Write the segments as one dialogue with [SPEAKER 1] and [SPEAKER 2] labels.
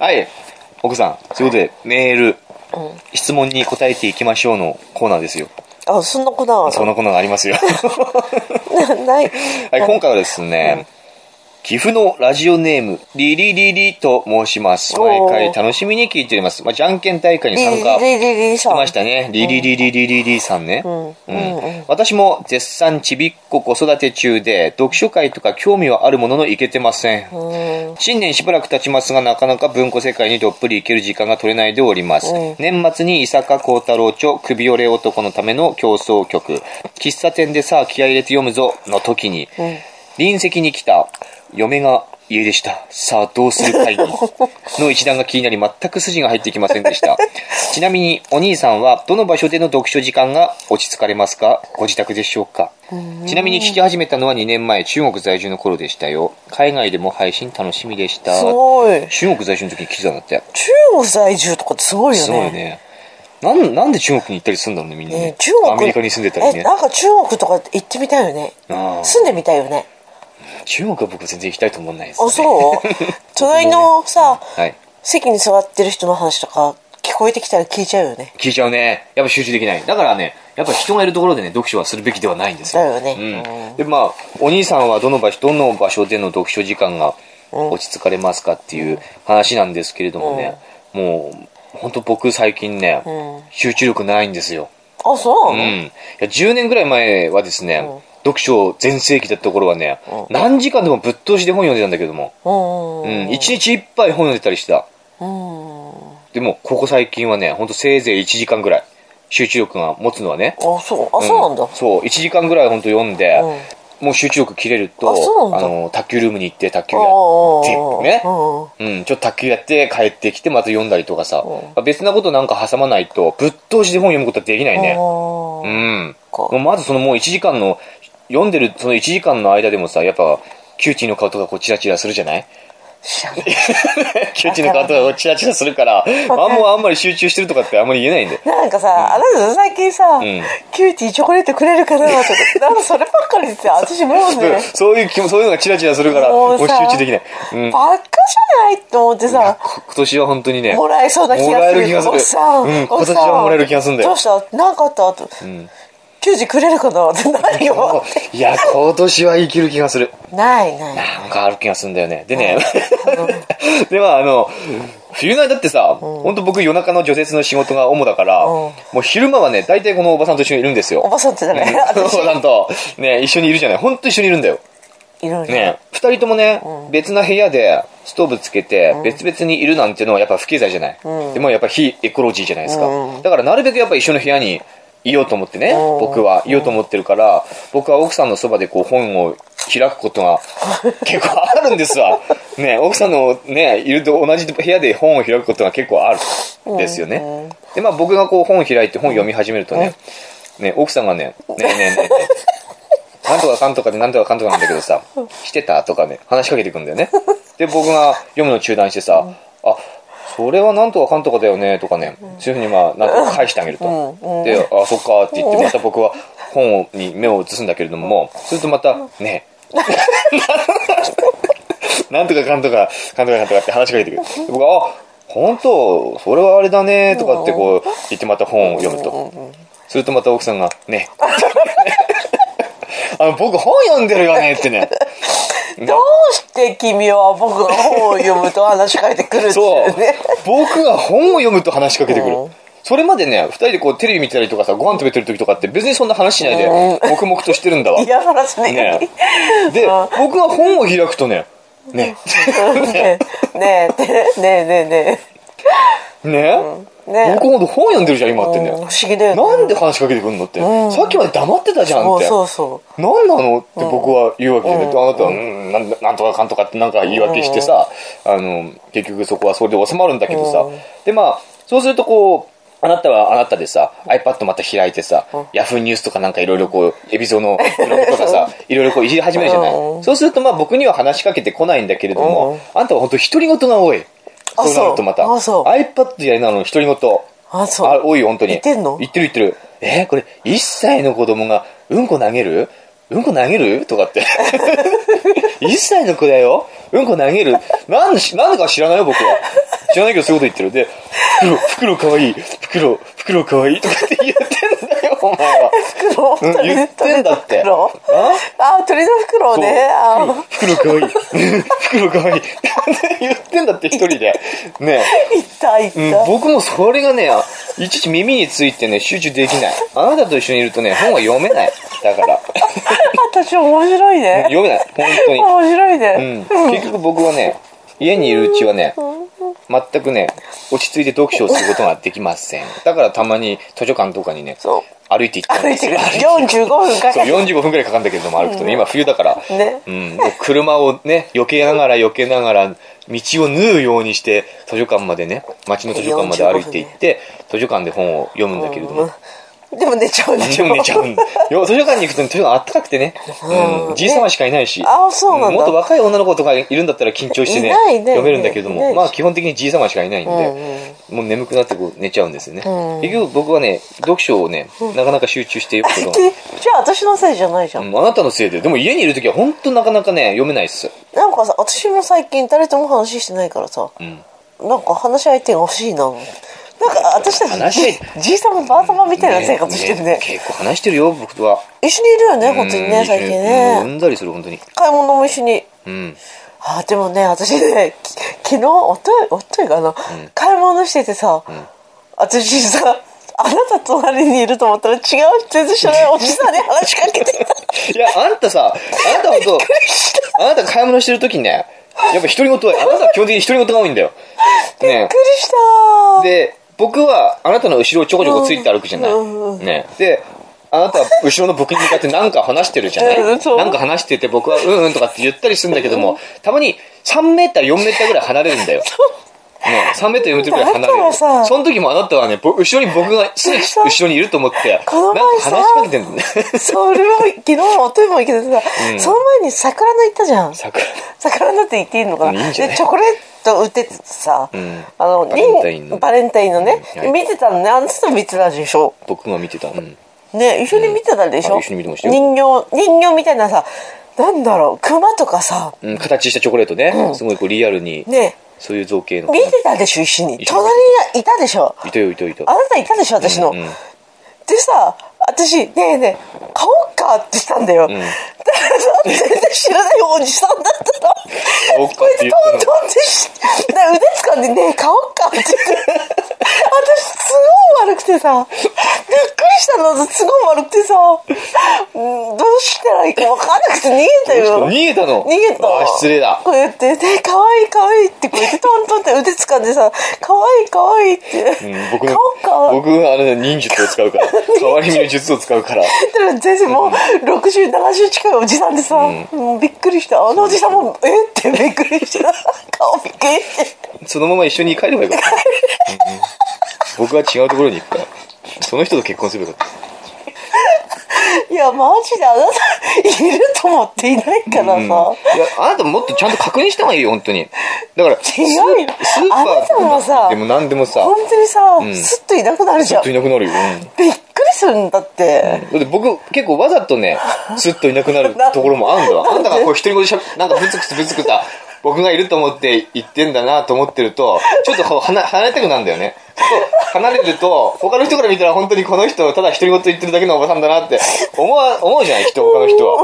[SPEAKER 1] はい。奥さん、ということで、メール、
[SPEAKER 2] うん。
[SPEAKER 1] 質問に答えていきましょうのコーナーですよ。
[SPEAKER 2] あ、そんなことな
[SPEAKER 1] そんなコーナーがありますよ。
[SPEAKER 2] の なない。
[SPEAKER 1] はい、今回はですね、岐阜のラジオネーム、リリリリと申します。
[SPEAKER 2] おー
[SPEAKER 1] 毎回楽しみに聞いております。まあ、じゃんけん大会に
[SPEAKER 2] リ
[SPEAKER 1] 参
[SPEAKER 2] リ
[SPEAKER 1] 加し
[SPEAKER 2] リリリさん。
[SPEAKER 1] ましたね。リリリリリリリさんね。
[SPEAKER 2] んうんうん
[SPEAKER 1] 私も絶賛ちびっこ子育て中で、読書会とか興味はあるもののいけてません。
[SPEAKER 2] うん。
[SPEAKER 1] 新年しばらく経ちますが、なかなか文庫世界にどっぷり行ける時間が取れないでおります。
[SPEAKER 2] うん
[SPEAKER 1] 年末に伊坂幸太郎著、首折れ男のための競争曲、喫茶店でさあ気合い入れて読むぞ、の時に、
[SPEAKER 2] うん
[SPEAKER 1] 隣席に来た、嫁が家でした。さあどうする会議の一段が気になり、全く筋が入ってきませんで した。ちなみに、お兄さんは、どの場所での読書時間が落ち着かれますかご自宅でしょうかちなみに聞き始めたのは2年前、中国在住の頃でしたよ。海外でも配信楽しみでした。
[SPEAKER 2] すごい。
[SPEAKER 1] 中国在住の時に聞いてたんだって。
[SPEAKER 2] 中国在住とかってすごいよね。
[SPEAKER 1] すごいね。なん、なんで中国に行ったりするんだろうね、みんな
[SPEAKER 2] ね
[SPEAKER 1] ね。
[SPEAKER 2] 中国
[SPEAKER 1] アメリカに住んでたり
[SPEAKER 2] え
[SPEAKER 1] ね。
[SPEAKER 2] なんか中国とか行ってみたいよね
[SPEAKER 1] ああ
[SPEAKER 2] 住んでみたいよね
[SPEAKER 1] 中国は僕全然行きたいと思わないです、ね。
[SPEAKER 2] あそう 隣のさ、
[SPEAKER 1] はい。
[SPEAKER 2] 席に座ってる人の話とか聞こえてきたら聞いちゃうよね
[SPEAKER 1] 聞いちゃうね。やっぱ集中できない。だからね、やっぱ人がいるところでね、読書はするべきではないんですよ。
[SPEAKER 2] だよね
[SPEAKER 1] うん
[SPEAKER 2] うん
[SPEAKER 1] で、まあ、お兄さんはどの場所、どの場所での読書時間が落ち着かれますかっていう話なんですけれどもね、もう、本当僕最近ね、
[SPEAKER 2] う
[SPEAKER 1] 集中力ないんですよ。
[SPEAKER 2] あそう
[SPEAKER 1] う
[SPEAKER 2] なの、
[SPEAKER 1] ん。いや10年ぐらい前はですね、読書全盛期だった頃はね、何時間でもぶっ通しで本読んでたんだけども、
[SPEAKER 2] う
[SPEAKER 1] うん
[SPEAKER 2] うん
[SPEAKER 1] ん、1日いっぱい本読んでたりしてた。でも、ここ最近はね、ほんとせいぜい1時間ぐらい、集中力が持つのはね、
[SPEAKER 2] あそうあそうなんだ、
[SPEAKER 1] そう、1時間ぐらい本当読んで、もう集中力切れると、
[SPEAKER 2] あそうなんだ
[SPEAKER 1] の、卓球ルームに行って卓球や
[SPEAKER 2] あ
[SPEAKER 1] っ
[SPEAKER 2] あ
[SPEAKER 1] て、ね。
[SPEAKER 2] うん
[SPEAKER 1] うん、ちょっと卓球やって帰ってきてまた読んだりとかさ、別なことなんか挟まないと、ぶっ通しで本読むことはできないね。う
[SPEAKER 2] あ
[SPEAKER 1] ん。
[SPEAKER 2] か
[SPEAKER 1] もうまずそのもう1時間の、読んでるその1時間の間でもさ、やっぱ、キューティーの顔とかこうチラチラするじゃ ない
[SPEAKER 2] あ知らない
[SPEAKER 1] キューティーの顔とかこうチラチラするから、あんまあんまり集中してるとかってあんまり言えないんだよ。
[SPEAKER 2] なんかさ、あなた最近さ、キューティーチョコレートくれるかなとか、 なんかそればっかり言ってさ、私もうね、
[SPEAKER 1] そういう気も、そういうのがチラチラするから、
[SPEAKER 2] も
[SPEAKER 1] も
[SPEAKER 2] う
[SPEAKER 1] う
[SPEAKER 2] さ
[SPEAKER 1] 集中できない。うん。
[SPEAKER 2] バカじゃないって思ってさ、
[SPEAKER 1] 今年は本当にね、
[SPEAKER 2] もらえそうな気がする。
[SPEAKER 1] もらえる気がする
[SPEAKER 2] 奥さん、
[SPEAKER 1] うん
[SPEAKER 2] 奥さん
[SPEAKER 1] 今年はもらえる気がするんだよ
[SPEAKER 2] どうしたなんかあったと。キュウジくれるかなって何よ
[SPEAKER 1] もういや、今年は生きる気がする。
[SPEAKER 2] ないない。
[SPEAKER 1] なんかある気がするんだよね。でね、 では、あの、冬の間ってさ、ほんと僕夜中の除雪の仕事が主だから、
[SPEAKER 2] ん
[SPEAKER 1] もう昼間はね、大体このおばさんと一緒にいるんです
[SPEAKER 2] お
[SPEAKER 1] よ。
[SPEAKER 2] ばさんってじゃな い
[SPEAKER 1] おば
[SPEAKER 2] 私、
[SPEAKER 1] さんと、ね、一緒にいるじゃない。ほんと一緒にいるんだよ。
[SPEAKER 2] いろいろ。
[SPEAKER 1] ね、二人ともね、別な部屋でストーブつけて、別々にいるなんていうのはやっぱ不経済じゃない。でもやっぱ非エコロジーじゃないですか。だからなるべくやっぱ一緒の部屋にいようと思ってね、
[SPEAKER 2] ん
[SPEAKER 1] 僕はいようと思ってるから、僕は奥さんのそばでこう本を開くこと が結構あるんですわ。ね、奥さんのね、いると同じ部屋で本を開くことが結構あるんですよね。で、まあ僕がこう本を開いて本読み始めるとね、ね、奥さんがね、ねえねえねえねえ。なんとかかんとかでなんとかかんとかなんだけど さ、してたとかね、話しかけてくんだよね。で、僕が読むの中断してさ、あ、それはなんとかかんとかだよね、とかね、そういうふうにまあ、なんとか返してあげると。で、あ、そっかって言って、また僕は本に目を移すんだけれども、するとまた、ね、なんとかかんとか、かんとかかんとかって話しかけてくる。で僕は、あ、本当それはあれだね、とかってこう、言ってまた本を読むと。するとまた奥さんが、ね、あの、僕本読んでるよねって ね。
[SPEAKER 2] どうして君は僕が本を読むと話しかけてくるって
[SPEAKER 1] そ
[SPEAKER 2] いううね。。
[SPEAKER 1] 僕が本を読むと話しかけてくる
[SPEAKER 2] うん。
[SPEAKER 1] それまでね、二人でこうテレビ見てたりとかさ、ご飯食べてる時とかって別にそんな話しないで
[SPEAKER 2] う、
[SPEAKER 1] 黙々としてるんだわ。
[SPEAKER 2] 嫌がらせね。
[SPEAKER 1] ねで、僕が本を開くとね、ね、
[SPEAKER 2] ねえ、ねえ、ねえ、ねえ、ね
[SPEAKER 1] ね、
[SPEAKER 2] え。ね
[SPEAKER 1] 僕ほんと本読んでるじゃん、今って
[SPEAKER 2] え。うん
[SPEAKER 1] ね。
[SPEAKER 2] 不思議だよね。
[SPEAKER 1] なんで話しかけてくるのって。さっきまで黙ってたじゃん
[SPEAKER 2] そ
[SPEAKER 1] っ
[SPEAKER 2] う
[SPEAKER 1] て。
[SPEAKER 2] そうそ
[SPEAKER 1] 何なのって僕は言うわけで、ねあなたは、うん、なんなんとかかんとかってなんか言い訳してさ、あの結局そこはそれで収まるんだけどさ、
[SPEAKER 2] うん
[SPEAKER 1] でまあそうするとこうあなたはあなたでさ iPad また開いてさ、ヤフーニュースとかなんかいろいろこう海老蔵のブログとかさいろいろこういじり始めるじゃない、
[SPEAKER 2] う
[SPEAKER 1] そうするとまあ僕には話しかけてこないんだけれども、あんたは本当独り言が多い
[SPEAKER 2] あ
[SPEAKER 1] そうなるとまた
[SPEAKER 2] そうあそう
[SPEAKER 1] iPad やりなのに独り言
[SPEAKER 2] う。あ、そ
[SPEAKER 1] あ、
[SPEAKER 2] う。
[SPEAKER 1] 多いよ、本当に。
[SPEAKER 2] 言ってんの
[SPEAKER 1] 言ってる言ってる。えーこれ、1歳の子供が、うんこ投げるうんこ投げるとかって。1歳の子だようんこ投げるなんで、なんでか知らないよ、僕は。知らないけどそういうこと言ってる。で、袋、袋かわいい、袋、袋かわいいとかって言ってんだよ、お前は。
[SPEAKER 2] 袋
[SPEAKER 1] うん言ってんだって
[SPEAKER 2] 鳥の袋あ、鳥の袋ね。あ
[SPEAKER 1] そう袋かわいい、 袋かわいいって言ってんだって一人で。ね
[SPEAKER 2] いたいた。
[SPEAKER 1] うん、僕もそれがね、あいちいち耳についてね、集中できない。あなたと一緒にいるとね、本は読めない。だから。
[SPEAKER 2] 私面白いね。
[SPEAKER 1] 読めない。本当に。
[SPEAKER 2] 面白いうね。
[SPEAKER 1] ん、結局僕はね家にいるうちはね全くね落ち着いて読書をすることができませんだからたまに図書館とかにね
[SPEAKER 2] そう
[SPEAKER 1] 歩いて行ったん
[SPEAKER 2] 歩
[SPEAKER 1] で
[SPEAKER 2] い
[SPEAKER 1] す
[SPEAKER 2] て
[SPEAKER 1] よ
[SPEAKER 2] くる。45分か
[SPEAKER 1] そう
[SPEAKER 2] けて。
[SPEAKER 1] 45分くらいかかるんだけれども歩くとね今冬だから、
[SPEAKER 2] ね
[SPEAKER 1] うん、もう車をね避けながら避けながら道を縫うようにして図書館までね町の図書館まで歩いて行って図書館で本を読むんだけれども、
[SPEAKER 2] うんでも寝ちゃうんでしょ。
[SPEAKER 1] もう寝ちゃ うんだよ図書館に行くと図書館あったかくてね、
[SPEAKER 2] う
[SPEAKER 1] うんん、じいさましかいないし、
[SPEAKER 2] あそうなんだ
[SPEAKER 1] もっと若い女の子とかいるんだったら緊張してね
[SPEAKER 2] いないね
[SPEAKER 1] 読めるんだけど
[SPEAKER 2] いない
[SPEAKER 1] も、
[SPEAKER 2] し
[SPEAKER 1] まあ基本的にじいさましかいないんで、もう眠くなってこう寝ちゃうんですよね、結局僕はね読書をねなかなか集中して読むことが、
[SPEAKER 2] じゃあ私のせいじゃないじゃん。
[SPEAKER 1] うんあなたのせいででも家にいる時は本当なかなかね読めないっす
[SPEAKER 2] なんかさ、私も最近誰とも話してないからさ、なんか話し相手が欲しいな。なんか私た
[SPEAKER 1] 話
[SPEAKER 2] ち
[SPEAKER 1] し、
[SPEAKER 2] じいさんもばあさまみたいな生活してるね。
[SPEAKER 1] 結構話してるよ僕とは
[SPEAKER 2] 一緒にいるよね、本当に
[SPEAKER 1] う
[SPEAKER 2] ね、
[SPEAKER 1] ん
[SPEAKER 2] 最近
[SPEAKER 1] うん
[SPEAKER 2] ね。
[SPEAKER 1] うんざりする本当に
[SPEAKER 2] 買い物も一緒に。
[SPEAKER 1] うん
[SPEAKER 2] あーでもね私ねき昨日おとおといかな、買い物しててさ、私さあなた隣にいると思ったら違う全然知 らないおじさんに話しかけてきた
[SPEAKER 1] いや、あんたさ、あんた本当、あなた買い物してるときね、やっぱ独り言、あなたは基本的に独り言が多いんだよ。ね
[SPEAKER 2] びっく。りした
[SPEAKER 1] で、僕はあなたの後ろをちょこちょこついて歩くじゃない。ね。で、あなたは後ろの僕に向かってなんか話してるじゃない。
[SPEAKER 2] うんそう
[SPEAKER 1] なんか話してて僕はうんうんとかって言ったりするんだけども、たまに3メーター、4メーターぐらい離れるんだよ。ね、3メーター、4メーターぐらい離れ
[SPEAKER 2] だから
[SPEAKER 1] る。
[SPEAKER 2] さ
[SPEAKER 1] その時もあなたはね、ぼ後ろに僕がすぐ
[SPEAKER 2] さ
[SPEAKER 1] 後ろにいると思って、
[SPEAKER 2] この
[SPEAKER 1] なんか
[SPEAKER 2] 前
[SPEAKER 1] 話し
[SPEAKER 2] さ
[SPEAKER 1] かけてんだね。
[SPEAKER 2] それは昨日もおといも行けてさ、その前に桜菜行ったじゃん
[SPEAKER 1] 桜。
[SPEAKER 2] 桜菜って言っていいのか
[SPEAKER 1] うんい
[SPEAKER 2] ない
[SPEAKER 1] んじゃない
[SPEAKER 2] でチョコレート売っててさ、
[SPEAKER 1] ん
[SPEAKER 2] あの
[SPEAKER 1] バレンタインの
[SPEAKER 2] バレンタインのね、
[SPEAKER 1] うんはい
[SPEAKER 2] 見てたのねあの人見てたでしょ
[SPEAKER 1] 僕が見てた。うん
[SPEAKER 2] ね一緒に見てたでし
[SPEAKER 1] う
[SPEAKER 2] ょ、
[SPEAKER 1] んあ一緒に見てましたよ
[SPEAKER 2] 人形人形みたいなさなんだろう熊とかさ
[SPEAKER 1] うん、形したチョコレートね、すごいこうリアルに、
[SPEAKER 2] ね
[SPEAKER 1] そういう造形の
[SPEAKER 2] 見てたでしょ一緒に
[SPEAKER 1] 一緒に
[SPEAKER 2] 隣にいたでしょ
[SPEAKER 1] いたよいたよいた
[SPEAKER 2] あなたいたでしょ私の、
[SPEAKER 1] うんうん
[SPEAKER 2] でさ私「ねえねえ買おうか」って言ったんだよ、だからさ全然知らないおじさんだったら
[SPEAKER 1] 買おうか
[SPEAKER 2] こうや
[SPEAKER 1] っ
[SPEAKER 2] ってて
[SPEAKER 1] 言
[SPEAKER 2] ト
[SPEAKER 1] ったの
[SPEAKER 2] ントンってしで腕掴んで「ねえ買おうか」って言って私すごい悪くてさびっくりしたのすごい悪くてさうんどうしたらいいか分からなくて逃げた
[SPEAKER 1] ちょっと
[SPEAKER 2] よ
[SPEAKER 1] 逃げたの
[SPEAKER 2] 逃げた
[SPEAKER 1] あー失礼だ
[SPEAKER 2] こうやって「ねえかわいいかわいい」ってこうやってトントンって腕掴んでさ「かわいいかわいい」って、
[SPEAKER 1] うん、僕の
[SPEAKER 2] 買おうか
[SPEAKER 1] 僕はあれだ忍術を使うから変わり身の術を使うから
[SPEAKER 2] だから全然もう6070近いおじさんでさ、もうびっくりしたあのおじさんも「えっ?」てびっくりした顔びっくりして。
[SPEAKER 1] そのまま一緒に帰ればよかった、うん僕は違うところに行くからその人と結婚すればよかっ
[SPEAKER 2] いや、マジであなた、いると思っていない
[SPEAKER 1] た、
[SPEAKER 2] からさ。
[SPEAKER 1] うんいやあなたもっとちゃんと確認した方がいいよ本当にだからス
[SPEAKER 2] 違うよ
[SPEAKER 1] スーパー
[SPEAKER 2] あなたもさ
[SPEAKER 1] でも何でもさ
[SPEAKER 2] 本当にさ、
[SPEAKER 1] ん
[SPEAKER 2] スッといなくなるじ
[SPEAKER 1] ず
[SPEAKER 2] ゃ
[SPEAKER 1] っ
[SPEAKER 2] ん。
[SPEAKER 1] と
[SPEAKER 2] び
[SPEAKER 1] いな
[SPEAKER 2] っ
[SPEAKER 1] くなるよ、うん
[SPEAKER 2] くりするんだって。
[SPEAKER 1] だって僕結構わざと ねスッといなくなるところもあるんだわあんたがこう独り言でしゃなんかぶつくつぶつくた僕がいると思って言ってんだなと思ってるとちょっとこう離離れたくなるんだよねそう離れると他の人から見たら本当にこの人ただ独り言言ってるだけのおばさんだなって思わ思うじゃない人他の人は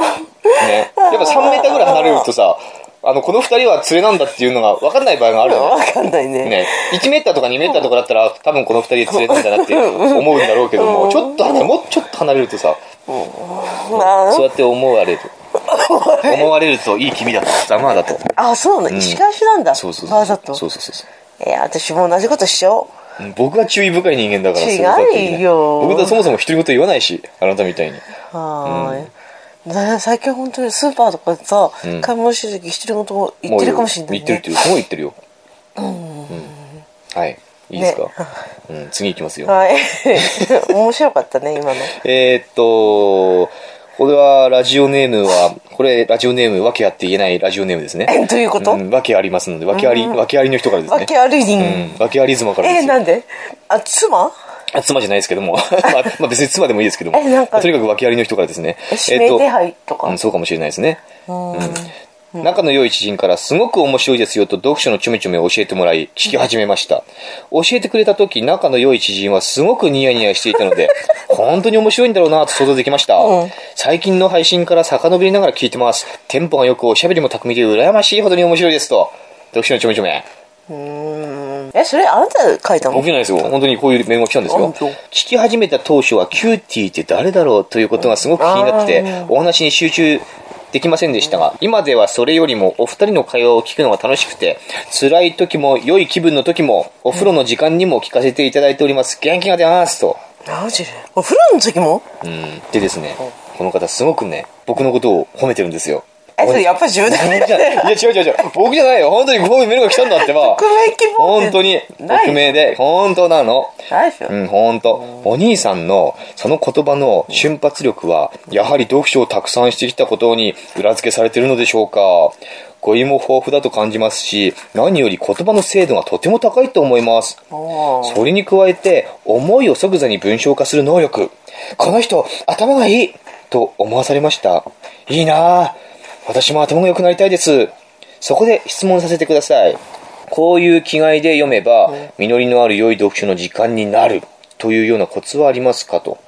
[SPEAKER 1] ねやっぱ3メーターぐらい離れるとさあのこの2人は連れなんだっていうのが分かんない場合があるよね
[SPEAKER 2] わかんないね。
[SPEAKER 1] ね、1メーターとか2メーターとかだったら、多分この2人で釣れたんだなって思うんだろうけども、ちょっと離れ、もうちょっと離れるとさ、
[SPEAKER 2] まあ
[SPEAKER 1] そうやって思われる。 思われるといい君だと、ざまあだと。
[SPEAKER 2] あ、そうなの。石返しなんだ。
[SPEAKER 1] そうそうそう。
[SPEAKER 2] わざと。
[SPEAKER 1] そうそうそうそう。
[SPEAKER 2] いや、私も同じことしちゃおう。
[SPEAKER 1] うん僕は注意深い人間だから
[SPEAKER 2] 違うよ
[SPEAKER 1] そういうことはできない僕はそもそも独り言言わないし、あなたみたいに。
[SPEAKER 2] はーい。ね最近本当にスーパーとかでさ、買い物してる時一人言も言ってるかもしれない、ね。
[SPEAKER 1] 言ってるっていう、もう言ってるよ。うんはい。いいですか
[SPEAKER 2] ね
[SPEAKER 1] うん、次行きますよ。
[SPEAKER 2] はい。面白かったね、今の。
[SPEAKER 1] えーっと、これはラジオネームは、これラジオネーム、わけあって言えないラジオネームですね。
[SPEAKER 2] えどういうこと
[SPEAKER 1] んわけありますので、わけあり、わけありの人からですね。
[SPEAKER 2] わけあるいりん。
[SPEAKER 1] うん、わけあり妻からで
[SPEAKER 2] え、
[SPEAKER 1] すよ。
[SPEAKER 2] なんであ、妻
[SPEAKER 1] あ妻じゃないですけども。ま あ、まあ別に妻でもいいですけども。
[SPEAKER 2] えなんか
[SPEAKER 1] とにかくわけありの人からですね。
[SPEAKER 2] 指名手配とか
[SPEAKER 1] うん、そうかもしれないですね。うん仲の良い知人からすごく面白いですよと読書のちょめちょめを教えてもらい、聞き始めました。教えてくれた時、仲の良い知人はすごくニヤニヤしていたので、 本当に面白いんだろうなと想像できました。
[SPEAKER 2] うん
[SPEAKER 1] 最近の配信から遡りながら聞いてます。テンポが良くおしゃべりも巧みで羨ましいほどに面白いですと。読書のちょめちょめ。
[SPEAKER 2] うんえそれあなたが書いた
[SPEAKER 1] 僕
[SPEAKER 2] の
[SPEAKER 1] じゃないですよ。本当にこういうメールが来たんです
[SPEAKER 2] あ
[SPEAKER 1] よ
[SPEAKER 2] 本当。
[SPEAKER 1] 聞き始めた当初はキューティーって誰だろうということがすごく気になって
[SPEAKER 2] あ
[SPEAKER 1] て、お話に集中できませんでしたが、今ではそれよりもお二人の会話を聞くのが楽しくて、辛い時も良い気分の時も、お風呂の時間にも聞かせていただいております。元気が出ますと。
[SPEAKER 2] マジでお風呂の時も
[SPEAKER 1] うん。でですね、この方すごくね、僕のことを褒めてるんですよ。
[SPEAKER 2] えそれやっぱり自分で
[SPEAKER 1] 僕じゃないいや違う違う違う。僕じゃないよ。本当にこういうメールが来たんだって ば。
[SPEAKER 2] 匿名希望って
[SPEAKER 1] 本当に。
[SPEAKER 2] ない
[SPEAKER 1] 匿名で。本当なの。
[SPEAKER 2] ないですよ
[SPEAKER 1] うん、ほんと。お兄さんのその言葉の瞬発力は、やはり読書をたくさんしてきたことに裏付けされているのでしょうか。語彙も豊富だと感じますし、何より言葉の精度がとても高いと思います。
[SPEAKER 2] おー
[SPEAKER 1] それに加えて、思いを即座に文章化する能力。この人、頭がいいと思わされました。いいなぁ。私も頭が良くなりたいです。そこで質問させてください。こういう気概で読めば、実りのある良い読書の時間になる。というようなコツはありますかと。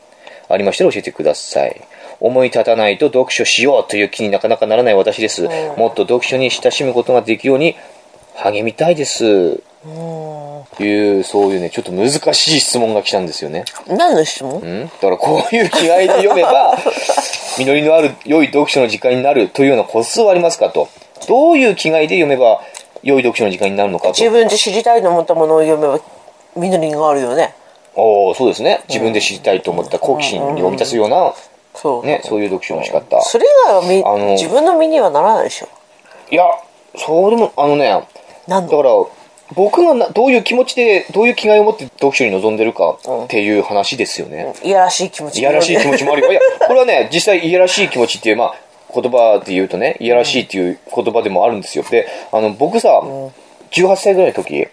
[SPEAKER 1] ありましたら教えてください。思い立たないと読書しようという気になかなかならない私です。もっと読書に親しむことができるように励みたいです。いう、そういうね、ちょっと難しい質問が来たんですよね。
[SPEAKER 2] 何の質問
[SPEAKER 1] んだからこういう気概で読め ば、実りのある良い読書の時間になるというようなコツはありますかと。どういう気概で読めば良い読書の時間になるのか
[SPEAKER 2] 自
[SPEAKER 1] と。
[SPEAKER 2] 分で知りたいと思ったものを読めば実りがあるよね
[SPEAKER 1] おおそうですね。自分で知りたいと思った好奇心を満たすような、
[SPEAKER 2] そう、
[SPEAKER 1] ね、そういう読書の仕方。
[SPEAKER 2] それ以外はみ
[SPEAKER 1] あの
[SPEAKER 2] 自分の身にはならないでしょ
[SPEAKER 1] いや、そうでも、あのね、
[SPEAKER 2] なん
[SPEAKER 1] だ
[SPEAKER 2] だ
[SPEAKER 1] から、僕がなどういう気持ちで、どういう気概を持って読書に臨んでるか
[SPEAKER 2] うん
[SPEAKER 1] っていう話ですよね。
[SPEAKER 2] いやらしい気持ち
[SPEAKER 1] いやらしい気持ちもあるよ。いや、これはね、実際、いやらしい気持ちっていう、まあ、言葉で言うとね、いやらしいっていう言葉でもあるんですよ。で、あの、僕さ、18歳ぐらいの時、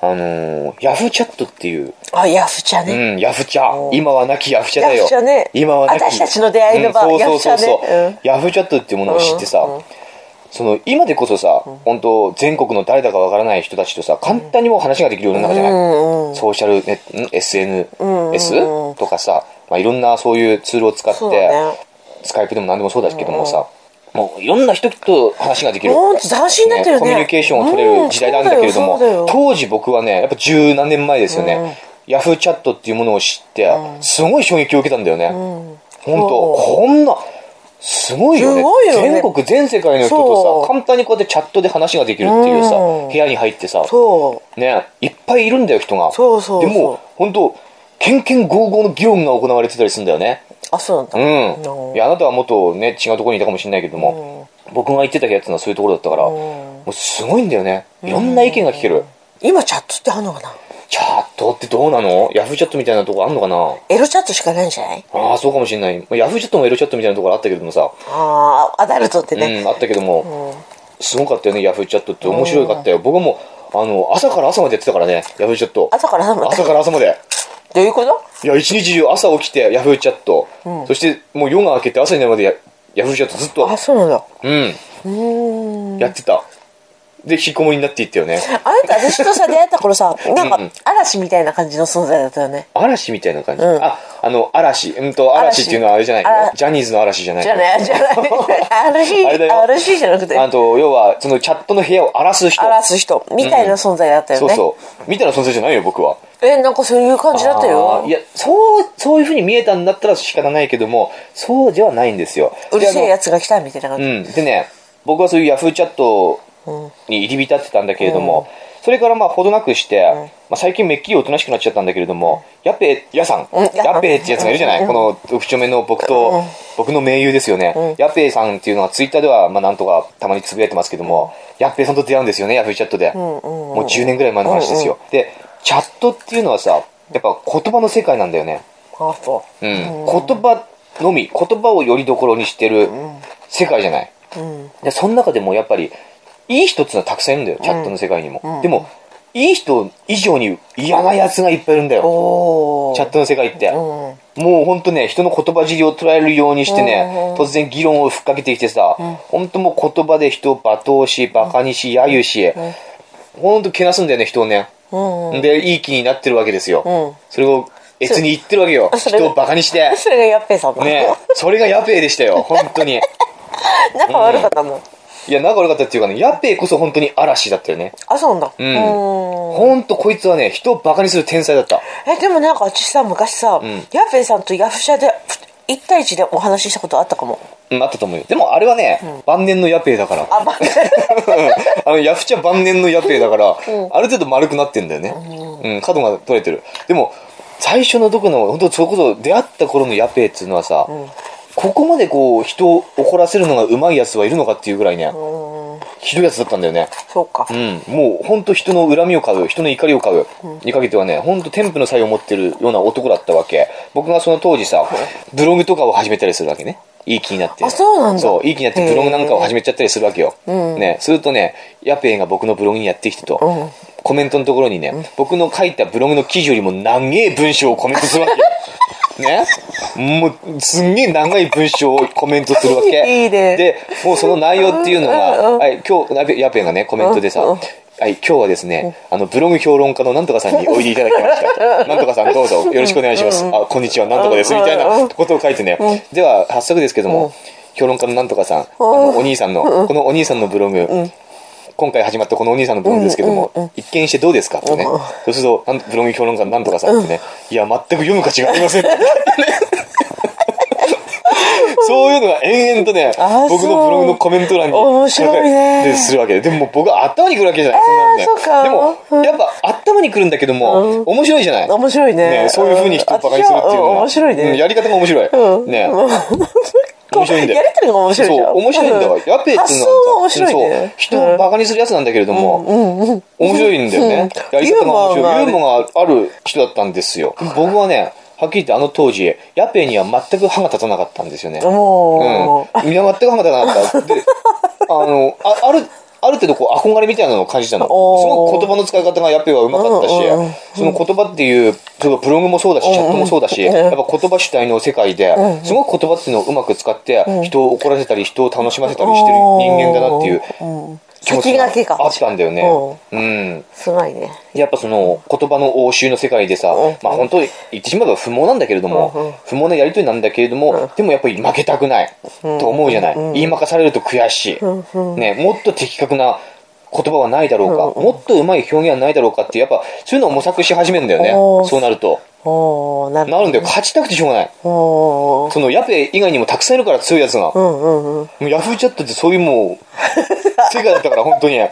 [SPEAKER 1] あのーヤフーチャットっていう、
[SPEAKER 2] あヤフチャね、
[SPEAKER 1] うん、ヤフチャ。今はなきヤフチャだよ。
[SPEAKER 2] ヤフチャね
[SPEAKER 1] 今はなき。
[SPEAKER 2] 私たちの出会いの場
[SPEAKER 1] うんそうそうそうそう、
[SPEAKER 2] ヤフチャね
[SPEAKER 1] ヤフチャットっていうものを知ってさ、その今でこそさ、本当全国の誰だかわからない人たちとさ、簡単にもう話ができる世の中じゃない、
[SPEAKER 2] うん
[SPEAKER 1] ソーシャルネット、ん SNS、
[SPEAKER 2] うん
[SPEAKER 1] とかさ、まあ、いろんなそういうツールを使って、
[SPEAKER 2] そうだね
[SPEAKER 1] スカイプでも何でもそうだけどもさ、もういろんな人と話ができる。
[SPEAKER 2] ほんと斬新になってるね
[SPEAKER 1] コミュニケーションを取れる時代なんだけれど
[SPEAKER 2] うんそうだよそう
[SPEAKER 1] も、
[SPEAKER 2] だよ
[SPEAKER 1] 当時僕はね、やっぱ十何年前ですよね、ヤフーチャットっていうものを知って、すごい衝撃を受けたんだよね。本当こんな、すごいよね。
[SPEAKER 2] すごいよね
[SPEAKER 1] 全国、全世界の人
[SPEAKER 2] そ
[SPEAKER 1] と
[SPEAKER 2] う
[SPEAKER 1] さ、簡単にこうやってチャットで話ができるっていうさ、
[SPEAKER 2] うん
[SPEAKER 1] 部屋に入ってさ、
[SPEAKER 2] そう
[SPEAKER 1] ね、いっぱいいるんだよ、人が。
[SPEAKER 2] そうそうそう
[SPEAKER 1] でも、本当けんけんごうごうの議論が行われてたりするんだよね。
[SPEAKER 2] あそうなんだ、
[SPEAKER 1] うん。いや、あなたはもっとね、違うところにいたかもしれないけども、僕が言ってたやつのはそういうところだったから、もうすごいんだよね。いろんな意見が聞ける。
[SPEAKER 2] 今チャットってあんのかな
[SPEAKER 1] チャットってどうなのヤフーチャットみたいなとこあんのかな
[SPEAKER 2] エロチャットしかないんじゃない
[SPEAKER 1] ああ、そうかもしれない。まあヤフーチャットもエロチャットみたいなところあったけどもさ、
[SPEAKER 2] ああアダルトってね、
[SPEAKER 1] うん、あったけども、すごかったよね、ヤフーチャットって。面白かったよ。僕も、あの、朝から朝までやってたからね、ヤフーチャット。
[SPEAKER 2] 朝から朝まで
[SPEAKER 1] 朝から朝まで。
[SPEAKER 2] どういうこと
[SPEAKER 1] いや、一日中朝起きてヤフーチャット、そしてもう夜が明けて朝になるまでやヤフーチャットずっと
[SPEAKER 2] あ、そうなんだ
[SPEAKER 1] うん、
[SPEAKER 2] うーん
[SPEAKER 1] やってた。で、引きこもりになっていったよね。
[SPEAKER 2] あなた私と さ出会った頃さなん
[SPEAKER 1] うんうん
[SPEAKER 2] か嵐みたいな感じの存在だったよね
[SPEAKER 1] 嵐みたいな感じ。
[SPEAKER 2] うん
[SPEAKER 1] あ、あの、嵐。うんと、嵐っていうのはあれじゃない
[SPEAKER 2] 嵐
[SPEAKER 1] よ。ジャニーズの嵐じゃない
[SPEAKER 2] じゃ
[SPEAKER 1] よ。
[SPEAKER 2] ないじゃ ない
[SPEAKER 1] あれだ
[SPEAKER 2] 嵐
[SPEAKER 1] よ
[SPEAKER 2] 嵐じゃなくて
[SPEAKER 1] あと、要は、そのチャットの部屋を荒らす人。
[SPEAKER 2] 荒らす人みたいな存在だったよ
[SPEAKER 1] そ
[SPEAKER 2] ね、
[SPEAKER 1] うそう。みたいな存在じゃないよ、僕は。
[SPEAKER 2] えなんかそういう感じだった
[SPEAKER 1] あー
[SPEAKER 2] よ
[SPEAKER 1] いや、そう、そういう風に見えたんだったら仕方ないけども、そうではないんですよ。
[SPEAKER 2] うるせ
[SPEAKER 1] であ
[SPEAKER 2] え
[SPEAKER 1] の
[SPEAKER 2] やつが来たみたいな感じ、
[SPEAKER 1] うん、でね僕はそういうヤフーチャットに入り浸ってたんだけれども、それからまあほどなくして、まあ、最近めっきりおとなしくなっちゃったんだけれども、やっぺやさん、
[SPEAKER 2] うんや
[SPEAKER 1] やっぺってやつがいるじゃない、この読書目の僕と、僕の盟友ですよね、やっぺさんっていうのはツイッターではまあなんとかたまにつぶやいてますけども、やっぺさんと出会うんですよねヤフーチャットで、もう10年ぐらい前の話ですよ、でチャットっていうのはさやっぱ言葉の世界なんだよね、
[SPEAKER 2] あそ
[SPEAKER 1] うん、言葉のみ言葉をよりどころにしてる世界じゃない、
[SPEAKER 2] う、うん、
[SPEAKER 1] でその中でもやっぱりいい人っていうのはたくさんいるんだよチャットの世界にも、でもいい人以上に嫌なやつがいっぱいいるんだよ
[SPEAKER 2] おお
[SPEAKER 1] チャットの世界って、
[SPEAKER 2] うん
[SPEAKER 1] もう本当ね、人の言葉尻を捉えるようにしてね、突然議論をふっかけてきてさ、本当もう言葉で人を罵倒し、馬鹿にし、揶揄し、本当けなすんだよね、人をね。
[SPEAKER 2] うんうん
[SPEAKER 1] で、いい気になってるわけですよ。
[SPEAKER 2] うん
[SPEAKER 1] それを、越に言ってるわけよ。
[SPEAKER 2] それ
[SPEAKER 1] 人を馬鹿にして。
[SPEAKER 2] それがやっぺーさんだ
[SPEAKER 1] ね それがヤペイでした よ、本当に。
[SPEAKER 2] 仲悪かったもん
[SPEAKER 1] いや、仲悪かったっていうかね、ヤペイこそ本当に嵐だったよね。
[SPEAKER 2] あそうなんだ
[SPEAKER 1] ん
[SPEAKER 2] うん
[SPEAKER 1] ほんとこいつはね、人をバカにする天才だった。
[SPEAKER 2] えでもなんか私さ昔さ
[SPEAKER 1] ん
[SPEAKER 2] やっぺーさんとヤフシャで一対一でお話ししたことあったかも
[SPEAKER 1] うん、あったと思うよ。でもあれはね、晩年のヤペイだから。
[SPEAKER 2] あま
[SPEAKER 1] あの、ヤフチャ晩年のヤペイだから、ある程度丸くなってんだよね。うん、角が取れてる。でも、最初のどこの、本当それこそ出会った頃のヤペイっていうのはさ、ここまでこう、人を怒らせるのが上手いやつはいるのかっていうぐらいね、ひどいやつだったんだよね。
[SPEAKER 2] そうか
[SPEAKER 1] うん、もう本当人の恨みを買う人の怒りを買うにかけてはね本当天賦の才を持ってるような男だったわけ僕がその当時さブログとかを始めたりするわけねいい気になって
[SPEAKER 2] あそうなんだ
[SPEAKER 1] そういい気になってブログなんかを始めちゃったりするわけよ、ねするとねヤペイが僕のブログにやってきてと、コメントのところにね、僕の書いたブログの記事よりも長い文章をコメントするわけよ ねもうすんげえ長い文章をコメントするわけ
[SPEAKER 2] いいね
[SPEAKER 1] でもうその内容っていうの
[SPEAKER 2] うんうんう
[SPEAKER 1] が
[SPEAKER 2] ん
[SPEAKER 1] はい、今日、やべやべがね、コメントでさ、
[SPEAKER 2] うんう
[SPEAKER 1] は
[SPEAKER 2] ん
[SPEAKER 1] い、今日はですね、あの、ブログ評論家のなんとかさんにおいでいただきま した。なんとかさんどうぞよろしくお願いします。あ、こんにちは、なんとかです。
[SPEAKER 2] うん
[SPEAKER 1] みたい
[SPEAKER 2] うんう
[SPEAKER 1] なんことを書いてね。では、早速ですけども、評論家のなんとかさん、あの、お兄さんの、このお兄さんのブログ、今回始まったこのお兄さんのブログですけども、一見してどうですかってね。そうすると、なんブログ評論家のなんとかさんってね、いや、全く読む価値がありません って。そういうのが延々とね
[SPEAKER 2] あ、
[SPEAKER 1] 僕のブログのコメント欄に
[SPEAKER 2] 面白いね
[SPEAKER 1] でするわけで。でも僕は頭にくるわけじゃない。
[SPEAKER 2] ー
[SPEAKER 1] そんなのね
[SPEAKER 2] そう
[SPEAKER 1] でも、やっぱ頭にくるんだけども、面白いじゃない。
[SPEAKER 2] 面白いね
[SPEAKER 1] ね、そういう風に人をバカにするっていうの
[SPEAKER 2] うん
[SPEAKER 1] は
[SPEAKER 2] 面白い
[SPEAKER 1] うん
[SPEAKER 2] ね
[SPEAKER 1] やり方が面白
[SPEAKER 2] う
[SPEAKER 1] い。
[SPEAKER 2] ん
[SPEAKER 1] ね。面白いんだよ
[SPEAKER 2] やりとりが面白いじゃん
[SPEAKER 1] そう、面白いんだわ。やっぺーっていうの
[SPEAKER 2] は
[SPEAKER 1] は
[SPEAKER 2] 発想が面白い
[SPEAKER 1] そう
[SPEAKER 2] ね
[SPEAKER 1] 人をバカにするやつなんだけれども、面白いんだよね。
[SPEAKER 2] うん
[SPEAKER 1] やり方が面白い。
[SPEAKER 2] ユ
[SPEAKER 1] ユ
[SPEAKER 2] ー
[SPEAKER 1] ー
[SPEAKER 2] モ
[SPEAKER 1] モアがある人だったんですよ。僕はね、はっきり言ってあの当時、ヤペーには全く歯が立たなかったんですよね。
[SPEAKER 2] も
[SPEAKER 1] うん。みんな全く歯が立たなかった。で、あの、あある、ある程度こう憧れみたいなのを感じたの。す
[SPEAKER 2] おー
[SPEAKER 1] ごく言葉の使い方がやっぱりはうまかったし、
[SPEAKER 2] うんうんうん
[SPEAKER 1] その言葉っていう、それからブログもそうだし、チャットもそうだし、やっぱ言葉主体の世界で、すごく言葉っていうのをうまく使って、人を怒らせたり、人を楽しませたりしてる人間だなっていう気持ち
[SPEAKER 2] 先
[SPEAKER 1] が
[SPEAKER 2] 駆けか
[SPEAKER 1] あったんだよね。うん。
[SPEAKER 2] うすごいね
[SPEAKER 1] やっぱその言葉の応酬の世界でさ、
[SPEAKER 2] うん
[SPEAKER 1] まあ本当に言ってしまえば不毛なんだけれど
[SPEAKER 2] うんうん
[SPEAKER 1] も、不毛なやりとりなんだけれども、でもやっぱり負けたくないと思うじゃない。言い負かされると悔しい。ね、もっと的確な言葉はないだろうか、もっと上手い表現はないだろうかって、やっぱそういうのを模索し始めるんだよね
[SPEAKER 2] おー。
[SPEAKER 1] そうなると。
[SPEAKER 2] おーなる
[SPEAKER 1] なるんだよ。勝ちたくてしょうがない。
[SPEAKER 2] おー
[SPEAKER 1] そのヤペ以外にもたくさんいるから強いやつが。
[SPEAKER 2] うんうんうん
[SPEAKER 1] ヤフーチャットってそういうもう、世界だったから本当に。言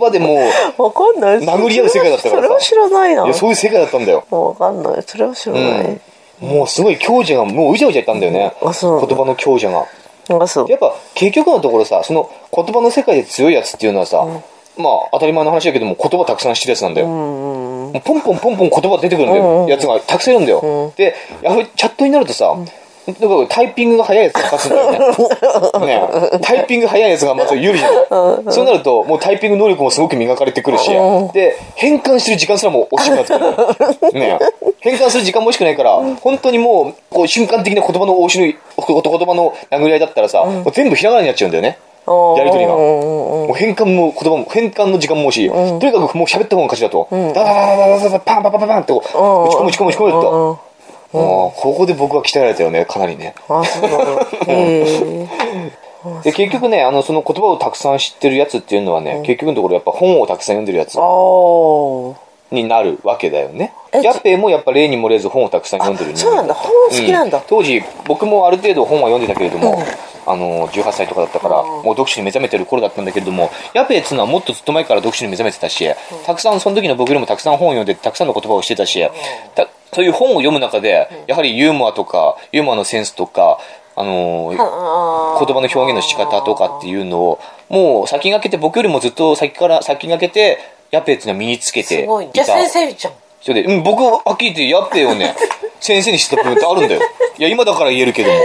[SPEAKER 1] 葉でもう、
[SPEAKER 2] わかんない
[SPEAKER 1] 殴り合う世界だったからさ
[SPEAKER 2] それは知らないない
[SPEAKER 1] やそういう世界だったんだよ。
[SPEAKER 2] わかんないそれは知らない、
[SPEAKER 1] うんもうすごい強者がもううじゃうじゃいたんだよね
[SPEAKER 2] あそうなんだ
[SPEAKER 1] 言葉の強者が
[SPEAKER 2] なんかそう
[SPEAKER 1] やっぱ結局のところさその言葉の世界で強いやつっていうのはさ、まあ当たり前の話だけども言葉たくさん知ってるやつなんだよ、
[SPEAKER 2] うんう
[SPEAKER 1] も
[SPEAKER 2] ん
[SPEAKER 1] うポンポンポンポン言葉出てくるんだよ、
[SPEAKER 2] うんうん
[SPEAKER 1] やつがたくさんいるんだよ、でやはりチャットになるとさ、だからタイピングが早いやつが勝つんだ よねねタイピング早いやつがまず有利じゃない、そうなるともうタイピング能力もすごく磨かれてくるし、
[SPEAKER 2] う
[SPEAKER 1] で変換してる時間すらも惜しくなってくる、ね、変換する時間も惜しくないから本当にもうこう瞬間的な言葉の応酬の言葉の殴り合いだったらさ、もう全部ひらがなになっちゃうんだよねやりとりが
[SPEAKER 2] うんうんうん
[SPEAKER 1] もう変換も言葉も変換の時間も多いし、とにかくもう喋った方が勝ちだと、ダダダダダダダパンパンパンパンパンってこう
[SPEAKER 2] うん
[SPEAKER 1] 打ち込む打ち込む打ち込む
[SPEAKER 2] うんう
[SPEAKER 1] と、
[SPEAKER 2] ん
[SPEAKER 1] あーここで僕は鍛えられたよねかなりね
[SPEAKER 2] あそうなの へえ
[SPEAKER 1] で結局ねあのその言葉をたくさん知ってるやつっていうのはね、結局のところやっぱ本をたくさん読んでるやつ
[SPEAKER 2] あー
[SPEAKER 1] になるわけだよね
[SPEAKER 2] え
[SPEAKER 1] ヤッペーもやっぱ例に漏れず本をたくさん読んでる人
[SPEAKER 2] そう
[SPEAKER 1] 間
[SPEAKER 2] なんだ本好きなんだ、
[SPEAKER 1] うん当時僕もある程度本は読んでたけれども、あの18歳とかだったから、もう読書に目覚めてる頃だったんだけれどもヤペっつうのはもっとずっと前から読書に目覚めてたし、たくさんその時の僕よりもたくさん本を読んでたくさんの言葉をしてたし、たそういう本を読む中で、やはりユーモアとかユーモアのセンスとかあのー
[SPEAKER 2] あー
[SPEAKER 1] 言葉の表現の仕方とかっていうのをもう先駆けて僕よりもずっと先から先駆けてヤペっつうのは身につけて
[SPEAKER 2] すごい
[SPEAKER 1] い
[SPEAKER 2] じゃあ
[SPEAKER 1] た
[SPEAKER 2] 先生じゃん
[SPEAKER 1] それで、うん、 僕はっきり言って、やっぺをね、先生にしてた部分ってあるんだよ。いや、今だから言えるけども。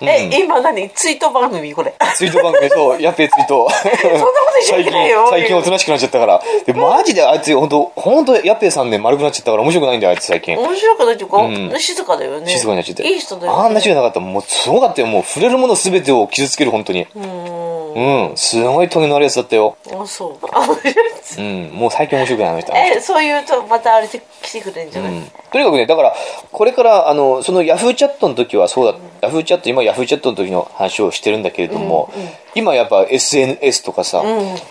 [SPEAKER 2] え、今何ツイート番組こ れ。
[SPEAKER 1] ツイート番組そうやっべえツイー トそん
[SPEAKER 2] なことしちゃいけないよ
[SPEAKER 1] 最近最近おとなしくなっちゃったからでマジであいつ本当本当やっべえさんね丸くなっちゃったから面白くないんだよあいつ最近
[SPEAKER 2] 面白くないっていうか、
[SPEAKER 1] ん
[SPEAKER 2] 静かだよね。
[SPEAKER 1] 静かになっちゃって
[SPEAKER 2] いい人だよ、ね。
[SPEAKER 1] あんな人じゃなかったもうすごかったよもう触れるもの全てを傷つける本当に
[SPEAKER 2] うー
[SPEAKER 1] うんすごいトゲのあるやつだったよ
[SPEAKER 2] ん。あ、そう。あ面白い
[SPEAKER 1] うんもう最近面白くないあの人
[SPEAKER 2] え、そういうと、またあれで来てくれるんじゃない、
[SPEAKER 1] うんとにかくねだからこれからあのそのヤフーチャットの時はそうだ、ヤフーチャット今ヤフーチャットの時の話をしてるんだけれども、今やっぱ SNS とかさ、
[SPEAKER 2] ん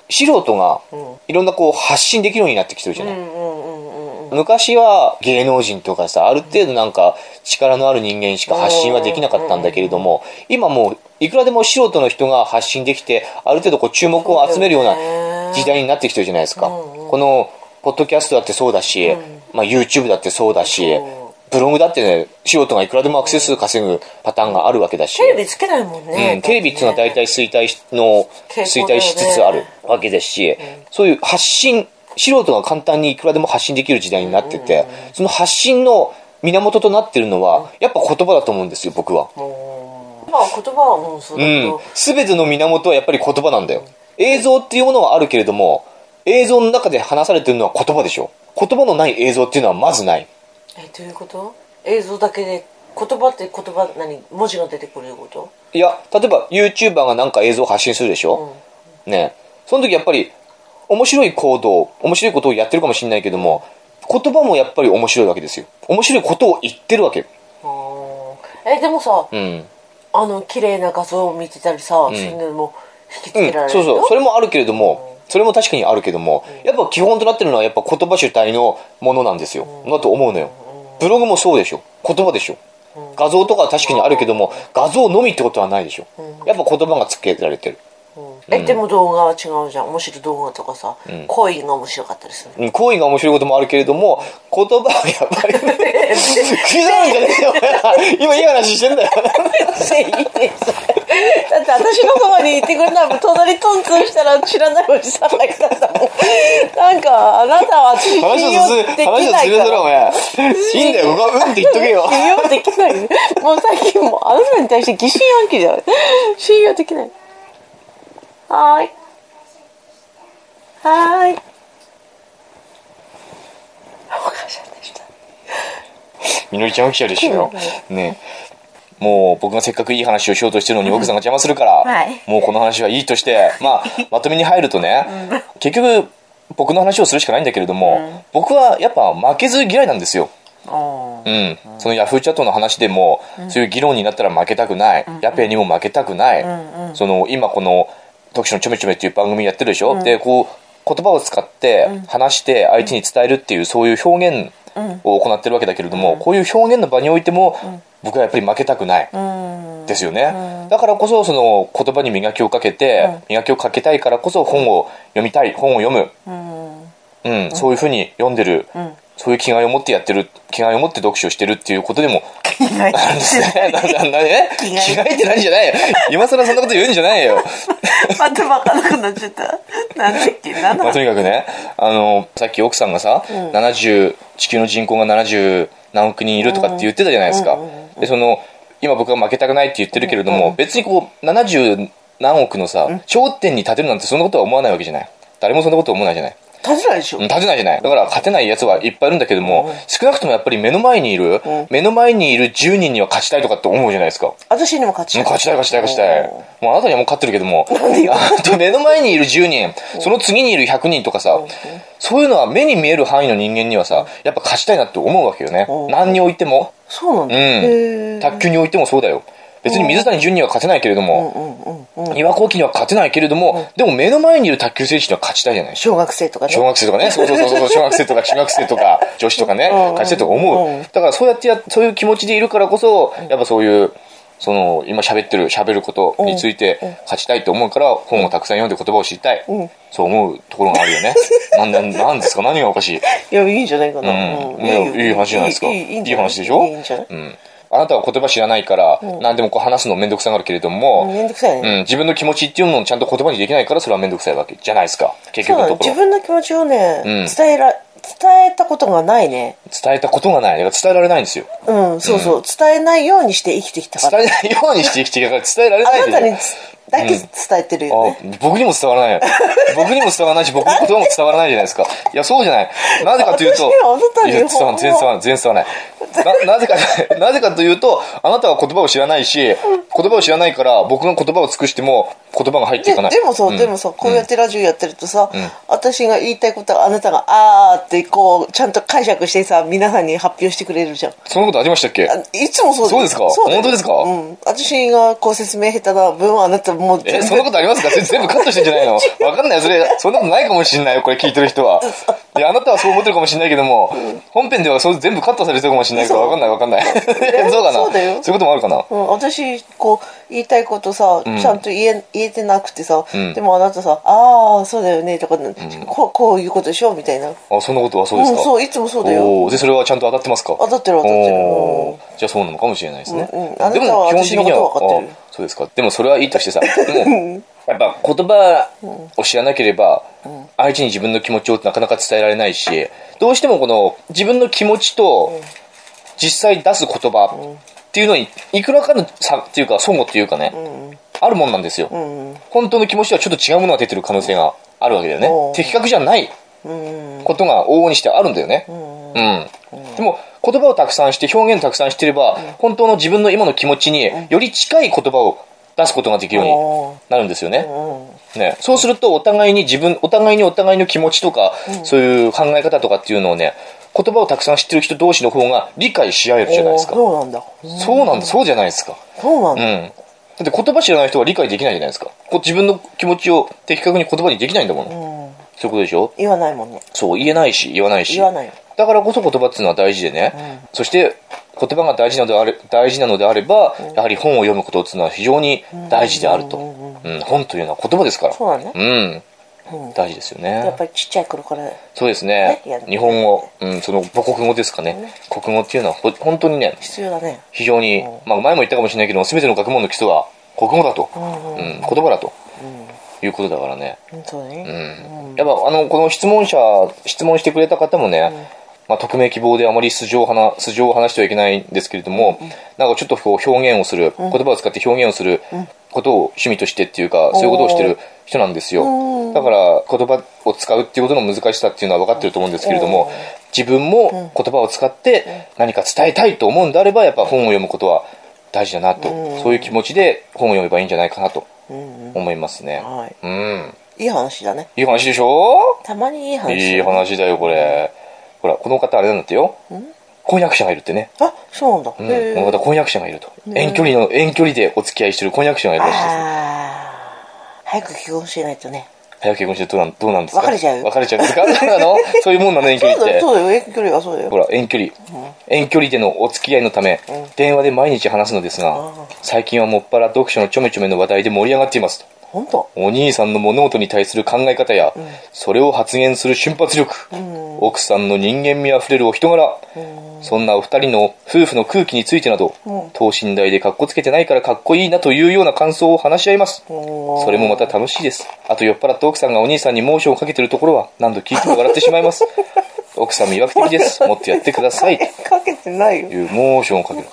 [SPEAKER 1] 素人がいろんなこう発信できるようになってきてるじゃない、
[SPEAKER 2] うんうんうんうん。
[SPEAKER 1] 昔は芸能人とかさある程度なんか力のある人間しか発信はできなかったんだけれども、今もういくらでも素人の人が発信できてある程度こう注目を集めるような
[SPEAKER 2] そうだよね
[SPEAKER 1] 時代になってきてるじゃないですか、
[SPEAKER 2] うんうん
[SPEAKER 1] このポッドキャストだってそうだし、まあ、YouTube だってそうだし、
[SPEAKER 2] そ
[SPEAKER 1] ブログだってね素人がいくらでもアクセス数稼ぐパターンがあるわけだし
[SPEAKER 2] テレビつけないもんね。
[SPEAKER 1] うん、テレビっていうのは
[SPEAKER 2] だ
[SPEAKER 1] 大
[SPEAKER 2] ってね
[SPEAKER 1] 体衰退しの、
[SPEAKER 2] 傾
[SPEAKER 1] 衰
[SPEAKER 2] 向だよね
[SPEAKER 1] 退しつつあるわけですし、そういう発信、素人が簡単にいくらでも発信できる時代になってて、その発信の源となってるのは、やっぱ言葉だと思うんですよ、僕は。
[SPEAKER 2] もうまあ言葉はもうそうだ
[SPEAKER 1] う
[SPEAKER 2] け
[SPEAKER 1] ん
[SPEAKER 2] ど、。
[SPEAKER 1] すべての源はやっぱり言葉なんだよ。映像っていうものはあるけれども、映像の中で話されてるのは言葉でしょ。言葉のない映像っていうのはまずない。
[SPEAKER 2] え、どういうこと映像だけで、言葉って言葉、何文字が出てくるいうこと
[SPEAKER 1] いや、例えば YouTuber がなんか映像を発信するでしょ、ねその時やっぱり面白い行動、面白いことをやってるかもしれないけども、言葉もやっぱり面白いわけですよ。面白いことを言ってるわけ。
[SPEAKER 2] あーえ、でもさ、
[SPEAKER 1] うん。
[SPEAKER 2] あの、綺麗な画像を見てたりさ、そういうのも引きつ
[SPEAKER 1] う
[SPEAKER 2] け
[SPEAKER 1] ん
[SPEAKER 2] られる、、
[SPEAKER 1] そうそう。それもあるけれども、それも確かにあるけども、やっぱ基本となってるのはやっぱ言葉主体のものなんですよ。だと思うのよ。ブログもそうでしょ。言葉でしょ。画像とかは確かにあるけども、画像のみってことはないでしょ。やっぱ言葉がつけられてる。
[SPEAKER 2] え、でも動画は違うじゃん面白い動画とかさ、恋が面白かったりす
[SPEAKER 1] う
[SPEAKER 2] る
[SPEAKER 1] ん行為が面白いこともあるけれども、言葉はやっぱり、 クズなんじゃねえよ、お前今いい話してんだよ。
[SPEAKER 2] いいねだって私のそばにいてくれたら隣トントンしたら知らないおじさんがいたんだもんなんかあなたは私信
[SPEAKER 1] 話を
[SPEAKER 2] 用
[SPEAKER 1] つ
[SPEAKER 2] で
[SPEAKER 1] れ、
[SPEAKER 2] きない
[SPEAKER 1] 話を
[SPEAKER 2] か
[SPEAKER 1] つれそら、お
[SPEAKER 2] ら
[SPEAKER 1] 前。いいんだ よ、ここはうんって言っとけよ。
[SPEAKER 2] 信用できないもう最近もうあなたに対して疑心暗鬼だよ信用できないはーいはーいおかしいでした
[SPEAKER 1] みのりちゃん起きちゃうでしょうよ。ねえもう僕がせっかくいい話をしようとしてるのに奥さんが邪魔するから、
[SPEAKER 2] はい
[SPEAKER 1] もうこの話はいいとして、まあ、まとめに入るとね、結局僕の話をするしかないんだけれども、僕はやっぱ負けず嫌いなんですよ。
[SPEAKER 2] あ
[SPEAKER 1] うん、そのヤフーチャットの話でも、そういう議論になったら負けたくない、ヤペにも負けたくない、その今この「特殊のちょめちょめ」っていう番組やってるでしょ、でこう言葉を使って話して相手に伝えるっていうそういう表現を行ってるわけだけれども、こういう表現の場においても、僕はやっぱり負けたくない、
[SPEAKER 2] うん
[SPEAKER 1] ですよね、だからこそその言葉に磨きをかけて、磨きをかけたいからこそ本を読みたい本を読む、
[SPEAKER 2] うん
[SPEAKER 1] うん、そういうふうに読んでる、
[SPEAKER 2] ん
[SPEAKER 1] そういう気概を持ってやってる気概を持って読書をしてるっていうことで も
[SPEAKER 2] 意外と
[SPEAKER 1] あるんですねなななえ
[SPEAKER 2] 気概
[SPEAKER 1] 気概って何じゃないよ今更そんなこと言うんじゃないよ、
[SPEAKER 2] またわかんなくなっちゃった。なんだっけ、なん
[SPEAKER 1] まあ、
[SPEAKER 2] だ
[SPEAKER 1] とにかくねあのさっき奥さんがさ、70地球の人口が70何億人いるとかって言ってたじゃないですか、でその今僕は負けたくないって言ってるけれども、別にこう70何億のさ頂点に立てるなんてそんなことは思わないわけじゃない誰もそんなことは思わないじゃない
[SPEAKER 2] 立てないでしょ
[SPEAKER 1] うん。立てないじゃないだから勝てないやつはいっぱいいるんだけども、少なくともやっぱり目の前にいる、目の前にいる10人には勝ちたいとかって思うじゃないですか
[SPEAKER 2] 私にも勝ち。
[SPEAKER 1] 勝ちたい勝ちたい勝ちたい
[SPEAKER 2] おー
[SPEAKER 1] もうあなたにはもう勝ってるけどもあと目の前にいる10人その次にいる100人とかさそういうのは目に見える範囲の人間にはさやっぱ勝ちたいなって思うわけよね
[SPEAKER 2] うん
[SPEAKER 1] 何においても
[SPEAKER 2] そうなんだ。
[SPEAKER 1] うん
[SPEAKER 2] へー
[SPEAKER 1] 卓球においてもそうだよ別に水谷隼には勝てないけれど
[SPEAKER 2] う
[SPEAKER 1] も
[SPEAKER 2] んうんうんうん。
[SPEAKER 1] 岩光輝には勝てないけれどもでも目の前にいる卓球選手には勝ちたいじゃない
[SPEAKER 2] 小学生とかね。
[SPEAKER 1] 小学生と かね、そうそうそうそう、小学生とか中学生とか、女子とかね、
[SPEAKER 2] うん
[SPEAKER 1] 勝ちたいとか思
[SPEAKER 2] うん
[SPEAKER 1] う。だからそうやってや、そういう気持ちでいるからこそ、やっぱそういう、その、今喋ってる、喋ることについて、勝ちたいと思うから、本をたくさん読んで言葉を知りたい。そう思うところがあるよ ね。なんだ、なんですか何がおかしい。
[SPEAKER 2] いや、いいんじゃないかな。
[SPEAKER 1] うん。
[SPEAKER 2] うん
[SPEAKER 1] いやいい話じゃないですか。
[SPEAKER 2] いい
[SPEAKER 1] い
[SPEAKER 2] ん
[SPEAKER 1] い
[SPEAKER 2] じゃな
[SPEAKER 1] 話でしょ
[SPEAKER 2] いいんじゃない
[SPEAKER 1] うん。あなたは言葉知らないから、何でもこう話すのめんどくさがるけれども、
[SPEAKER 2] めんどくさいね
[SPEAKER 1] うん、自分の気持ちっていうものをちゃんと言葉にできないから、それはめんどくさいわけじゃないですか。結
[SPEAKER 2] そう
[SPEAKER 1] 局の
[SPEAKER 2] なの
[SPEAKER 1] ところ
[SPEAKER 2] 自。分の気持ちをね、
[SPEAKER 1] うん
[SPEAKER 2] 伝えら、伝えたことがないね。
[SPEAKER 1] 伝えたことがない。だから伝えられないんですよ。
[SPEAKER 2] うん、そうそう、伝えないようにして生きてきたから。
[SPEAKER 1] 伝えないようにして生きてきたから伝えられない
[SPEAKER 2] あ
[SPEAKER 1] で
[SPEAKER 2] なた
[SPEAKER 1] しょ
[SPEAKER 2] につだけ伝えてるよね。
[SPEAKER 1] あ僕にも伝わらない。僕にも伝わらないし、僕の言葉も伝わらないじゃないですか。いや、そうじゃない。なぜかというと、
[SPEAKER 2] 私はあなたに
[SPEAKER 1] いや伝わらない全然伝わらない、全然伝わらない。な、なぜか、なぜかというと、あなたは言葉を知らないし、言葉を知らないから、僕の言葉を尽くしても、言葉が入ってい
[SPEAKER 2] で
[SPEAKER 1] かない。
[SPEAKER 2] でもさ、
[SPEAKER 1] うん
[SPEAKER 2] でもさ、こうやってラジオやってるとさ、私が言いたいことはあなたが、あーってこう、ちゃんと解釈してさ、皆さんに発表してくれるじゃん。
[SPEAKER 1] そんなことありましたっけ
[SPEAKER 2] あいつもそう
[SPEAKER 1] そうですか
[SPEAKER 2] だよ
[SPEAKER 1] 本当ですか
[SPEAKER 2] うん。私がこう説明下手な分はあなたもう全
[SPEAKER 1] え、
[SPEAKER 2] 部
[SPEAKER 1] そんなことあります かそれ全部カットしてんじゃないのわかんない。それ、そんなことないかもしんないよ、これ聞いてる人は。いや、あなたはそう思ってるかもしんないけども、本編ではそう全部カットされてるかもしんないから、わかんないわかんない。 そうかな
[SPEAKER 2] そうだよ
[SPEAKER 1] いうこともあるかな
[SPEAKER 2] うん、私こう言いたいことさ、ちゃんと言え言えてなくてさ、
[SPEAKER 1] ん
[SPEAKER 2] でもあなたさ「ああそうだよね」とか、こうこういうことでしょみたいな、
[SPEAKER 1] あ、そんなことはそう
[SPEAKER 2] う
[SPEAKER 1] です
[SPEAKER 2] ん、
[SPEAKER 1] か、
[SPEAKER 2] そういつもそうだよ、
[SPEAKER 1] おーで、それはちゃんと当たってますか
[SPEAKER 2] 当たってる当たってる
[SPEAKER 1] おーじゃあそうなのかもしれないですね。
[SPEAKER 2] うんうんあなたは私のこと分かってる
[SPEAKER 1] あそうですか。でもそれはいいとして さ、でも、やっぱ言葉を知らなければ、相手に自分の気持ちをなかなか伝えられないし、どうしてもこの自分の気持ちと実際出す言葉っていうのに、いくらかの差っていうか、相互っていうかね、あるもんなんですよ。
[SPEAKER 2] うん
[SPEAKER 1] 本当の気持ちとはちょっと違うものが出てる可能性があるわけだよね
[SPEAKER 2] おう。
[SPEAKER 1] 的確じゃない
[SPEAKER 2] うん
[SPEAKER 1] ことが往々にしてあるんだよね。うん。でも、言葉をたくさんして、表現をたくさんしてれば、本当の自分の今の気持ちにより近い言葉を出すことができるようになるんですよね。
[SPEAKER 2] うん
[SPEAKER 1] ね、そうすると、お互いに自分、お互いにお互いの気持ちとか、そういう考え方とかっていうのをね、言葉をたくさん知ってる人同士の方が理解し合えるじゃないですか。
[SPEAKER 2] そうなんだ
[SPEAKER 1] そうなんだ、そうじゃないですか。
[SPEAKER 2] そうなん
[SPEAKER 1] う
[SPEAKER 2] だ、
[SPEAKER 1] ん。だって言葉知らない人は理解できないじゃないですか。こう自分の気持ちを的確に言葉にできないんだもん。
[SPEAKER 2] うん、
[SPEAKER 1] そういうことでしょ
[SPEAKER 2] 言わないもんね
[SPEAKER 1] そう、言えないし、言わないし。
[SPEAKER 2] 言わないよ
[SPEAKER 1] だからこそ言葉っていうのは大事でね。そして、言葉が大事なのであれ大事なのであれば、やはり本を読むことっていうのは非常に大事であると。うん、本というのは言葉ですから。
[SPEAKER 2] そうだね
[SPEAKER 1] うん。大事ですよ
[SPEAKER 2] やっ
[SPEAKER 1] ね。
[SPEAKER 2] ぱりちっちゃい頃から
[SPEAKER 1] そうですね
[SPEAKER 2] ねやる。
[SPEAKER 1] 日本語、うん、その母国語ですかね。国語っていうのはほ本当にね、
[SPEAKER 2] 必要だね
[SPEAKER 1] 非常に、まあ前も言ったかもしれないけど、すべての学問の基礎は国語だと。うん、言葉だと。いうことだからね。
[SPEAKER 2] うんそうだね
[SPEAKER 1] うんやっぱあのこの質問者質問してくれた方もね、まあ、匿名希望であまり素性を話素性を話してはいけないんですけれども、なんかちょっとこう表現をする、言葉を使って表現をすることを趣味としてっていうか、そういうことをしてる人なんですよだから言葉を使うっていうことの難しさっていうのは分かってると思うんですけれども、自分も言葉を使って何か伝えたいと思うんであればやっぱ本を読むことは大事だなと、そういう気持ちで本を読めばいいんじゃないかなと
[SPEAKER 2] うんうん
[SPEAKER 1] 思いますね。
[SPEAKER 2] はい
[SPEAKER 1] うん
[SPEAKER 2] いい話だね
[SPEAKER 1] いい話でしょ
[SPEAKER 2] たまにいい話
[SPEAKER 1] いい話だよ、これ。ほら、この方あれなんだってよ。婚約者がいるってね。
[SPEAKER 2] あそうなんだ、
[SPEAKER 1] うん、こ
[SPEAKER 2] へえ
[SPEAKER 1] の方婚約者がいると。遠距離の、遠距離でお付き合いしてる婚約者がいるらしいです。
[SPEAKER 2] あー早く結婚しないとね
[SPEAKER 1] 早く結婚してどうなんどうなんですか
[SPEAKER 2] 別れちゃうよ
[SPEAKER 1] 別れちゃうんですかそうな のそういうもんなの、遠距
[SPEAKER 2] そう
[SPEAKER 1] 離っ
[SPEAKER 2] だよ
[SPEAKER 1] て。
[SPEAKER 2] そうだよ遠距離はそうだよ
[SPEAKER 1] ほら、遠距離。遠距離でのお付き合いのため、電話で毎日話すのですが、最近はもっぱら読書のちょめちょめの話題で盛り上がっていますと。
[SPEAKER 2] 本当
[SPEAKER 1] お兄さんの物事に対する考え方や、それを発言する瞬発力、奥さんの人間味あふれるお人柄、そんなお二人の夫婦の空気についてなど、等身大でかっこつけてないからかっこいいなというような感想を話し合います。それもまた楽しいです。あと酔っ払った奥さんがお兄さんに猛暑をかけてるところは何度聞いても笑ってしまい ます。奥さん魅惑的です。もっとやってください。と
[SPEAKER 2] かけてないよ
[SPEAKER 1] いうモーションをかける。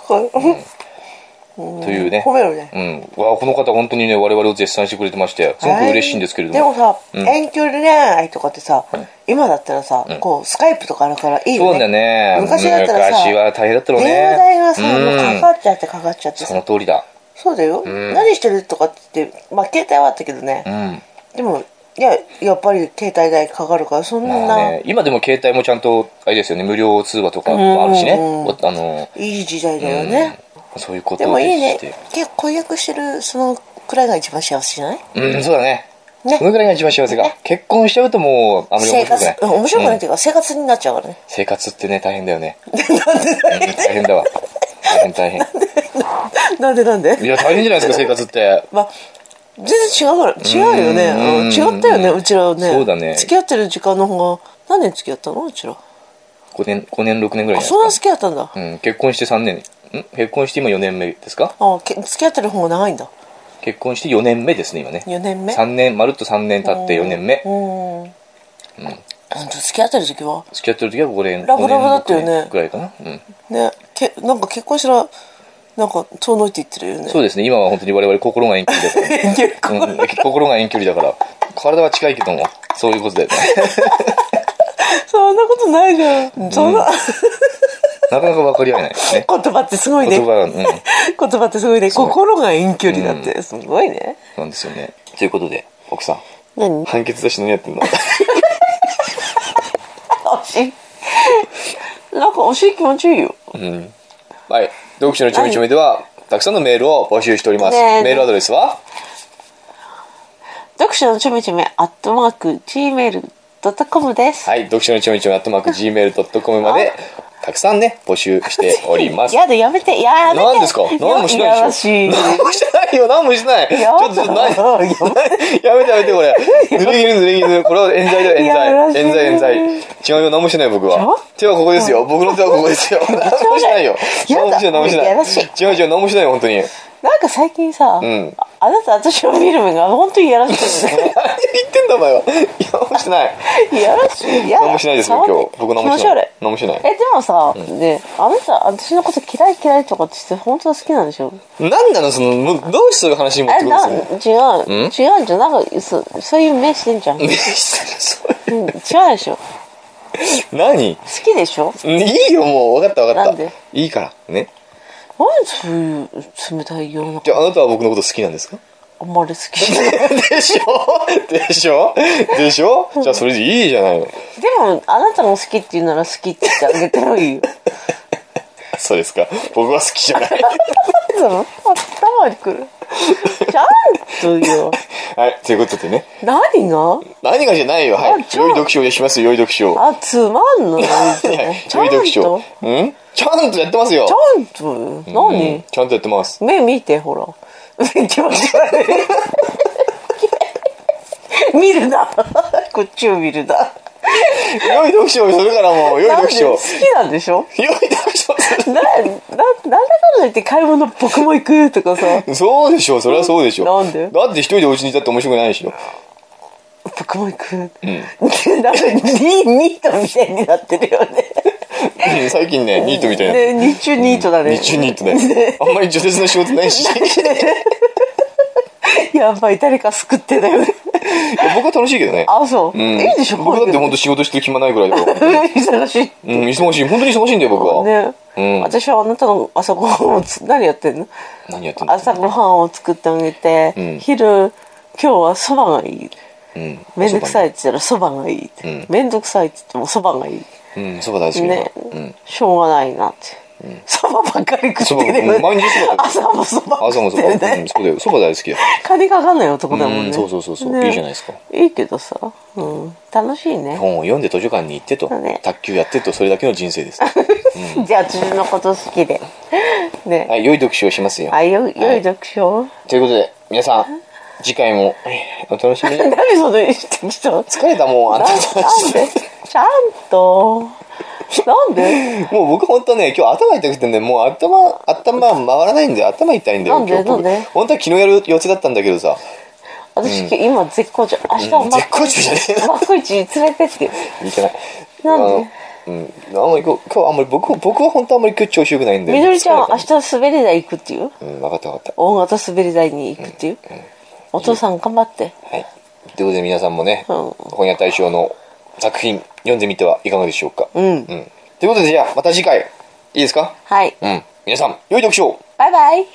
[SPEAKER 1] というね。
[SPEAKER 2] 褒めろね
[SPEAKER 1] うん。わあこの方本当にね、我々を絶賛してくれてまして、すごく嬉しいんですけれど
[SPEAKER 2] で
[SPEAKER 1] も
[SPEAKER 2] も。さ、遠距離恋愛とかってさ、今だったらさ、こうスカイプとかあるからいいよね
[SPEAKER 1] そうだね。
[SPEAKER 2] 昔だったらさ
[SPEAKER 1] 昔は大変だったろうね。
[SPEAKER 2] 電話代がさ、
[SPEAKER 1] う
[SPEAKER 2] も
[SPEAKER 1] ん
[SPEAKER 2] うかかっちゃってかかっちゃって
[SPEAKER 1] そ
[SPEAKER 2] さ
[SPEAKER 1] の通りだ。
[SPEAKER 2] そうだよ、何してるとかって言ってまあ携帯はあったけどね
[SPEAKER 1] う、ん。
[SPEAKER 2] でもいややっぱり携帯代かかるからそんな、
[SPEAKER 1] まあね、今でも携帯もちゃんと、あれですよね、無料通話とかもあるしね。おあの、
[SPEAKER 2] いい時代だよね、
[SPEAKER 1] そういうこ
[SPEAKER 2] で
[SPEAKER 1] と
[SPEAKER 2] もい
[SPEAKER 1] で
[SPEAKER 2] いね
[SPEAKER 1] して。
[SPEAKER 2] 結構婚約してるそのくらいが一番幸せじゃない
[SPEAKER 1] うん、そうだね。
[SPEAKER 2] ね
[SPEAKER 1] そのぐらいが一番幸せが。結婚しちゃうともう、あんまり
[SPEAKER 2] 生
[SPEAKER 1] 面白く
[SPEAKER 2] 活
[SPEAKER 1] ない。
[SPEAKER 2] うん面白くないっ
[SPEAKER 1] うん
[SPEAKER 2] ていうか、生活になっちゃうからね
[SPEAKER 1] 生活ってね、大変だよね。うん大変だわ。大変大変。
[SPEAKER 2] なんでなんで
[SPEAKER 1] いや、大変じゃないですか、生活って。
[SPEAKER 2] まあ全然違うから違うよね
[SPEAKER 1] うん
[SPEAKER 2] うん違ったよねうちらはね
[SPEAKER 1] そうだね
[SPEAKER 2] 付き合ってる時間の方が何年付き合ったのうちら
[SPEAKER 1] 5年、5年、6年ぐらい
[SPEAKER 2] あ
[SPEAKER 1] じ
[SPEAKER 2] そ
[SPEAKER 1] ゃ
[SPEAKER 2] ん
[SPEAKER 1] な
[SPEAKER 2] な
[SPEAKER 1] で
[SPEAKER 2] いに
[SPEAKER 1] す
[SPEAKER 2] 付き合ったんだ
[SPEAKER 1] か。うん、結婚して3年。ん結婚して今4年目ですか
[SPEAKER 2] あけ付き合ってる方が長いんだ
[SPEAKER 1] 結婚して4年目ですね、今ね。
[SPEAKER 2] 4年目
[SPEAKER 1] 3年まるっと3年経って4年目
[SPEAKER 2] うんうんと付き合ってる時は
[SPEAKER 1] 付き合ってる時はここら辺
[SPEAKER 2] ラブラブだったよね
[SPEAKER 1] 5年ぐらいかな、うん、
[SPEAKER 2] ねけなんか結婚したらなんか遠のいていってるよね
[SPEAKER 1] そうですね今は本当に我々心が遠距離だから
[SPEAKER 2] 結構
[SPEAKER 1] うん、 心が遠距離だから体は近いけどもそういうことだよね
[SPEAKER 2] そんなことないじゃんそんな
[SPEAKER 1] なかなか分かり合えないです ね
[SPEAKER 2] 言葉ってすごいね
[SPEAKER 1] 言葉がうん
[SPEAKER 2] 言葉ってすごいね心が遠距離だってすごいね
[SPEAKER 1] なんですよねということで奥さん
[SPEAKER 2] 何
[SPEAKER 1] 判決出し何や ってんの
[SPEAKER 2] おしい なんかおしい気持ちいいよ
[SPEAKER 1] うんはい読書のちょめちょめではたくさんのメールを募集しております、
[SPEAKER 2] ねえ
[SPEAKER 1] メールアドレスは
[SPEAKER 2] 読書のちょめちょめアットマーク gmail.com です
[SPEAKER 1] はい読書のちょめちょめアットマーク Gmail.com までたくさんね募集しております
[SPEAKER 2] やだやめてやめて
[SPEAKER 1] 何ですか何もしないでしょ
[SPEAKER 2] いやらしい
[SPEAKER 1] 何もしないよ何もしない ち
[SPEAKER 2] やだ
[SPEAKER 1] ょっと何何やめてやめてこれ濡れ衣濡れ衣これは冤罪だよ
[SPEAKER 2] やら
[SPEAKER 1] 冤
[SPEAKER 2] しい
[SPEAKER 1] 罪冤罪冤罪違うよ何もしない僕
[SPEAKER 2] ちょ
[SPEAKER 1] は手はここですよ僕の手はここです よ何もしないよ
[SPEAKER 2] やだ
[SPEAKER 1] 何もしない何もしない
[SPEAKER 2] やらしい
[SPEAKER 1] 違う違う何もしないよ本当に
[SPEAKER 2] なんか最近さ、
[SPEAKER 1] ん
[SPEAKER 2] ああなた私を見る目が本当にいやらしいよ
[SPEAKER 1] 何
[SPEAKER 2] ね
[SPEAKER 1] 言ってんだお前は何もしない
[SPEAKER 2] いやらしいやだ
[SPEAKER 1] 何もしないですよ今日僕何もしな
[SPEAKER 2] 気持ち悪
[SPEAKER 1] い何もしない
[SPEAKER 2] えでもさ、ねあなた私のこと嫌い嫌いとかって言って本当は好きなんでしょ
[SPEAKER 1] 何なのそのもうどうしてそういう話に持って
[SPEAKER 2] え
[SPEAKER 1] くるんで
[SPEAKER 2] な
[SPEAKER 1] す
[SPEAKER 2] 違
[SPEAKER 1] か
[SPEAKER 2] う違うじゃんなんかそそういう目してんじゃん、うん、違う
[SPEAKER 1] それ
[SPEAKER 2] でしょ好
[SPEAKER 1] 何
[SPEAKER 2] きでしょ
[SPEAKER 1] いいよもう分かった分か
[SPEAKER 2] なん
[SPEAKER 1] った
[SPEAKER 2] で
[SPEAKER 1] いいからね
[SPEAKER 2] なんでそういう冷たい世の中
[SPEAKER 1] じゃああなたは僕のこと好きなんですか
[SPEAKER 2] あんまり好きじゃない
[SPEAKER 1] でしょでしょでしょじゃあそれでいいじゃないの
[SPEAKER 2] でもあなたも好きって言うなら好きって言ってあげてもいいよ
[SPEAKER 1] そうですか僕は好きじゃない
[SPEAKER 2] その頭にくるちゃんとよ
[SPEAKER 1] はいということでね
[SPEAKER 2] 何が
[SPEAKER 1] 何がじゃないよはい
[SPEAKER 2] あじゃあ
[SPEAKER 1] 良い読書をしますよ良い読書を
[SPEAKER 2] あつまんない
[SPEAKER 1] はい
[SPEAKER 2] ねち
[SPEAKER 1] 良
[SPEAKER 2] ゃ
[SPEAKER 1] い
[SPEAKER 2] ん
[SPEAKER 1] 読
[SPEAKER 2] とち
[SPEAKER 1] 書をうんちゃんとやってますよ
[SPEAKER 2] ゃんと何、
[SPEAKER 1] うんちゃんとやってます
[SPEAKER 2] 目見てほら 気持ち悪い見るなこっちを見るな
[SPEAKER 1] 良い読書をするからもう良い
[SPEAKER 2] なん
[SPEAKER 1] 読
[SPEAKER 2] で
[SPEAKER 1] 書
[SPEAKER 2] 好
[SPEAKER 1] を
[SPEAKER 2] きなんでしょ
[SPEAKER 1] 良い読書をす
[SPEAKER 2] なななんだかんだ言って買い物僕も行くとかさ
[SPEAKER 1] るそうでしょそれはそうでしょ
[SPEAKER 2] なんで
[SPEAKER 1] だって一人でお家にいたって面白くないで しょ
[SPEAKER 2] 僕も行く、うん、なんかニニートみたいになってるよね
[SPEAKER 1] うん最近ねニートみたいな
[SPEAKER 2] ね日中ニートだね、
[SPEAKER 1] 日中ニートねあんまり除雪の仕事ないし
[SPEAKER 2] やばい誰か救ってだよね
[SPEAKER 1] いや僕は楽しいけどね
[SPEAKER 2] あそう、
[SPEAKER 1] うん
[SPEAKER 2] いいでしょ
[SPEAKER 1] 僕だって本
[SPEAKER 2] 当
[SPEAKER 1] 当仕事してる暇ないぐらいだ から、
[SPEAKER 2] 忙しい
[SPEAKER 1] うん、忙しい本当に忙しいんだよ僕は、
[SPEAKER 2] ね、
[SPEAKER 1] うん
[SPEAKER 2] 私はあなたの朝ごはんをつ何やってんの
[SPEAKER 1] 何やってんの
[SPEAKER 2] 朝ごはんを作ってあげて、
[SPEAKER 1] うん
[SPEAKER 2] 昼今日はそばがいい
[SPEAKER 1] うん
[SPEAKER 2] めんどくさい
[SPEAKER 1] い
[SPEAKER 2] って言ったらそばがいいって、
[SPEAKER 1] ん
[SPEAKER 2] めんどくさいって言ってもそばがいい
[SPEAKER 1] うんそば大好きだな、
[SPEAKER 2] ね、
[SPEAKER 1] うん
[SPEAKER 2] しょうがないなってそば、ばっかり食ってるよ
[SPEAKER 1] そば毎日そばだよ
[SPEAKER 2] 朝もそば
[SPEAKER 1] 朝もそば、
[SPEAKER 2] 食
[SPEAKER 1] う
[SPEAKER 2] っ
[SPEAKER 1] ん、
[SPEAKER 2] て ね
[SPEAKER 1] そうだよそば大好きだよ
[SPEAKER 2] 金かかんない男だもん
[SPEAKER 1] う
[SPEAKER 2] ね
[SPEAKER 1] んそうそうそうそういいじゃないですか
[SPEAKER 2] いいけどさ、うん、楽しいね、
[SPEAKER 1] 本を読んで図書館に行ってと、
[SPEAKER 2] そうね
[SPEAKER 1] 卓球やってとそれだけの人生 です
[SPEAKER 2] じゃあ私のこと好きでね、
[SPEAKER 1] はい良い読書をしますよ
[SPEAKER 2] あよ良い読書、
[SPEAKER 1] ということで皆さん次回もえーお楽し みに疲
[SPEAKER 2] 何その言ってきた
[SPEAKER 1] れたもうあん
[SPEAKER 2] な
[SPEAKER 1] た
[SPEAKER 2] な
[SPEAKER 1] た
[SPEAKER 2] ん
[SPEAKER 1] ち
[SPEAKER 2] でちゃんとなんで
[SPEAKER 1] もう僕本当ね、今日頭痛くてね、もう頭、頭回らないんだよ。頭痛いんだよ、
[SPEAKER 2] なんで
[SPEAKER 1] 今日僕。
[SPEAKER 2] なんで
[SPEAKER 1] 本当は昨日やる予定だったんだけどさ、
[SPEAKER 2] 私、今絶好調明日はマ
[SPEAKER 1] 絶好調じゃねえ
[SPEAKER 2] ッコイチ連れてって
[SPEAKER 1] いけない。
[SPEAKER 2] なんで
[SPEAKER 1] あのうん、あんまりこう今日あんまり僕僕は本当あんまり今日調子良くないんで
[SPEAKER 2] みのりちゃんは明
[SPEAKER 1] 日
[SPEAKER 2] 日滑り台行くっていう
[SPEAKER 1] うん分かった分かっ
[SPEAKER 2] 大型滑り台に行くっていう、お父さん頑張って
[SPEAKER 1] たはいということで皆さんもね、
[SPEAKER 2] うん
[SPEAKER 1] 本屋大賞の作品読んでみてはいかがでしょうか
[SPEAKER 2] うん、
[SPEAKER 1] うん、ということでじゃあまた次回いいですか
[SPEAKER 2] はい
[SPEAKER 1] うん皆さん良い読書を
[SPEAKER 2] バイバイ